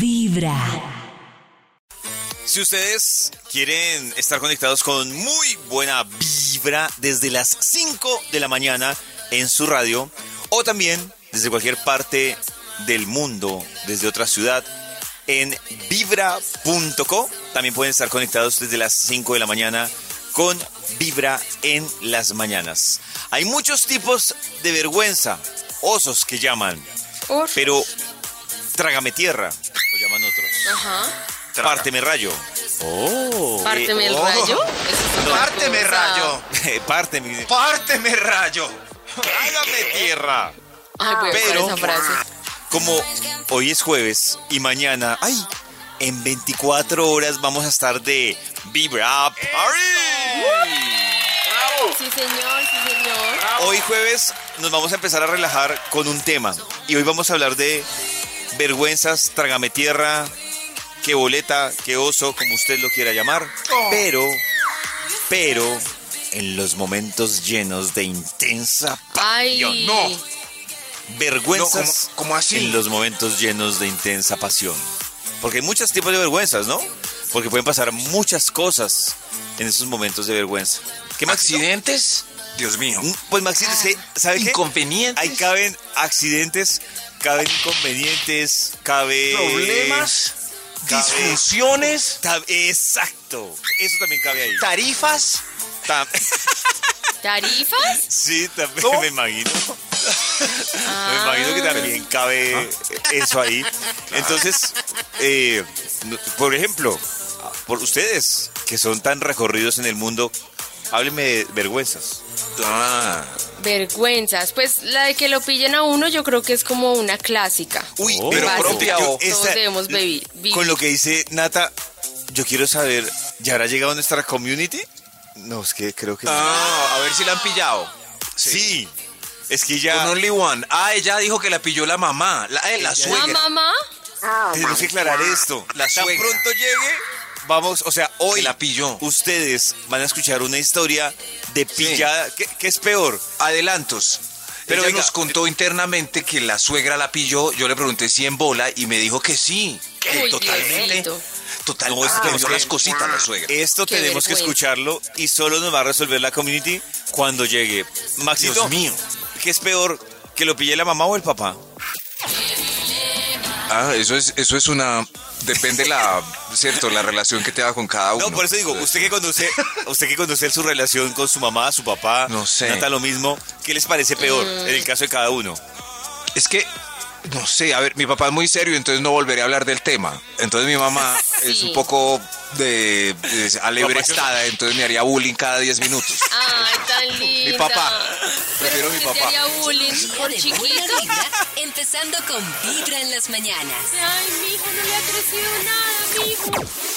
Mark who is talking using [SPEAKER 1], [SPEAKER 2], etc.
[SPEAKER 1] Vibra.
[SPEAKER 2] Si ustedes quieren estar conectados con muy buena vibra desde las 5 de la mañana en su radio o también desde cualquier parte del mundo, desde otra ciudad, en vibra.co, también pueden estar conectados desde las 5 de la mañana con Vibra en las mañanas. Hay muchos tipos de vergüenza, osos que llaman,
[SPEAKER 3] Uf.
[SPEAKER 2] pero trágame tierra, lo llaman otros.
[SPEAKER 3] Ajá.
[SPEAKER 2] Párteme rayo. Oh.
[SPEAKER 3] Párteme el
[SPEAKER 4] oh.
[SPEAKER 3] rayo. Eso es otra
[SPEAKER 4] Párteme
[SPEAKER 3] cosa.
[SPEAKER 4] rayo.
[SPEAKER 2] Párteme.
[SPEAKER 4] Párteme rayo.
[SPEAKER 2] Trágame tierra.
[SPEAKER 3] Ay, voy a buscar
[SPEAKER 2] Pero-
[SPEAKER 3] esa frase.
[SPEAKER 2] Como hoy es jueves y mañana, ay, en 24 horas vamos a estar de Vibra Party.
[SPEAKER 3] Sí, señor, sí, señor.
[SPEAKER 2] Hoy jueves nos vamos a empezar a relajar con un tema y hoy vamos a hablar de vergüenzas, trágame tierra, que boleta, que oso, como usted lo quiera llamar,
[SPEAKER 4] Oh.
[SPEAKER 2] pero, pero en los momentos llenos de intensa
[SPEAKER 3] Ay.
[SPEAKER 2] pasión.
[SPEAKER 4] no.
[SPEAKER 2] Vergüenzas
[SPEAKER 4] No, ¿cómo- cómo así?
[SPEAKER 2] en los momentos llenos de intensa pasión. Porque hay muchos tipos de vergüenzas, ¿no? Porque pueden pasar muchas cosas en esos momentos de vergüenza. ¿Qué más?
[SPEAKER 5] accidentes,
[SPEAKER 4] Dios mío.
[SPEAKER 2] Pues Maxi, es que, ¿sabe qué?
[SPEAKER 5] inconvenientes,
[SPEAKER 2] Ahí caben accidentes, caben inconvenientes, cabe...
[SPEAKER 5] problemas,
[SPEAKER 2] cabe-
[SPEAKER 5] disfunciones,
[SPEAKER 2] Tab- Exacto. Eso también cabe ahí.
[SPEAKER 5] tarifas.
[SPEAKER 2] Tam-
[SPEAKER 3] ¿Tarifas?
[SPEAKER 2] Sí, también
[SPEAKER 5] ¿No?
[SPEAKER 2] me imagino. Me imagino
[SPEAKER 3] Ah,
[SPEAKER 5] Ah.
[SPEAKER 2] que también cabe eso ahí. Entonces, eh, no- por ejemplo, por ustedes que son tan recorridos en el mundo, háblenme de vergüenzas. Ah,
[SPEAKER 3] Vergüenzas. Pues la de que lo pillen a uno, yo creo que es como una clásica.
[SPEAKER 2] Uy,
[SPEAKER 5] Oh.
[SPEAKER 2] pero
[SPEAKER 3] Básico.
[SPEAKER 2] propia o
[SPEAKER 3] Todos debemos bebi- vivir.
[SPEAKER 2] Con lo que dice Nata, yo quiero saber, ¿ya habrá llegado nuestra community? No, es que creo que no.
[SPEAKER 5] Ah, a ver si la han pillado.
[SPEAKER 2] sí. Es que
[SPEAKER 5] Con
[SPEAKER 2] ya
[SPEAKER 5] Only One. Ah, ella dijo que la pilló la mamá, la, eh, la
[SPEAKER 3] ¿La
[SPEAKER 5] suegra.
[SPEAKER 3] Ah, mamá?
[SPEAKER 2] tenemos que aclarar esto.
[SPEAKER 5] "Ah, La
[SPEAKER 2] Tan
[SPEAKER 5] suegra.
[SPEAKER 2] pronto llegue, vamos, o sea, hoy
[SPEAKER 5] Que la pilló.
[SPEAKER 2] ustedes van a escuchar una historia de pillada. ¿Qué, qué es peor?
[SPEAKER 5] Adelantos.
[SPEAKER 2] Pero
[SPEAKER 5] Pero
[SPEAKER 2] venga, eh,
[SPEAKER 5] nos contó internamente que la suegra la pilló. Yo le pregunté si en bola y me dijo que sí. que
[SPEAKER 3] Uy,
[SPEAKER 5] totalmente.
[SPEAKER 3] Diosito.
[SPEAKER 5] Total,
[SPEAKER 2] No, es que
[SPEAKER 5] que
[SPEAKER 2] no
[SPEAKER 5] vio
[SPEAKER 2] sé.
[SPEAKER 5] las cositas la suegra.
[SPEAKER 2] Esto
[SPEAKER 3] Qué
[SPEAKER 2] tenemos que
[SPEAKER 3] vergüenza.
[SPEAKER 2] escucharlo y solo nos va a resolver la community cuando llegue. Maxito,
[SPEAKER 5] Dios mío.
[SPEAKER 2] ¿qué es peor? ¿Que lo pille la mamá o el papá?
[SPEAKER 5] Ah, eso es, eso es una. Depende la, cierto, la relación que te haga con cada
[SPEAKER 2] No, por eso digo, usted que conoce, usted que conoce su relación con su mamá, su papá,
[SPEAKER 5] No sé.
[SPEAKER 2] Nata lo mismo, ¿qué les parece peor
[SPEAKER 3] Mm.
[SPEAKER 2] en el caso de cada uno?
[SPEAKER 5] Es que, no sé, a ver, mi papá es muy serio, entonces no volveré a hablar del tema. Entonces mi mamá
[SPEAKER 3] Sí.
[SPEAKER 5] es un poco de, de alebrestada,
[SPEAKER 2] pues,
[SPEAKER 5] entonces me haría bullying cada 10 minutos.
[SPEAKER 3] Ay, tan linda.
[SPEAKER 5] papá. Prefiero
[SPEAKER 3] Pero
[SPEAKER 5] mi
[SPEAKER 3] que
[SPEAKER 5] papá.
[SPEAKER 3] Te haría bullying por
[SPEAKER 1] De
[SPEAKER 3] chiquito.
[SPEAKER 1] buena vibra, empezando con Vibra en las mañanas.
[SPEAKER 3] Ay, mijo, no le ha crecido nada, mijo.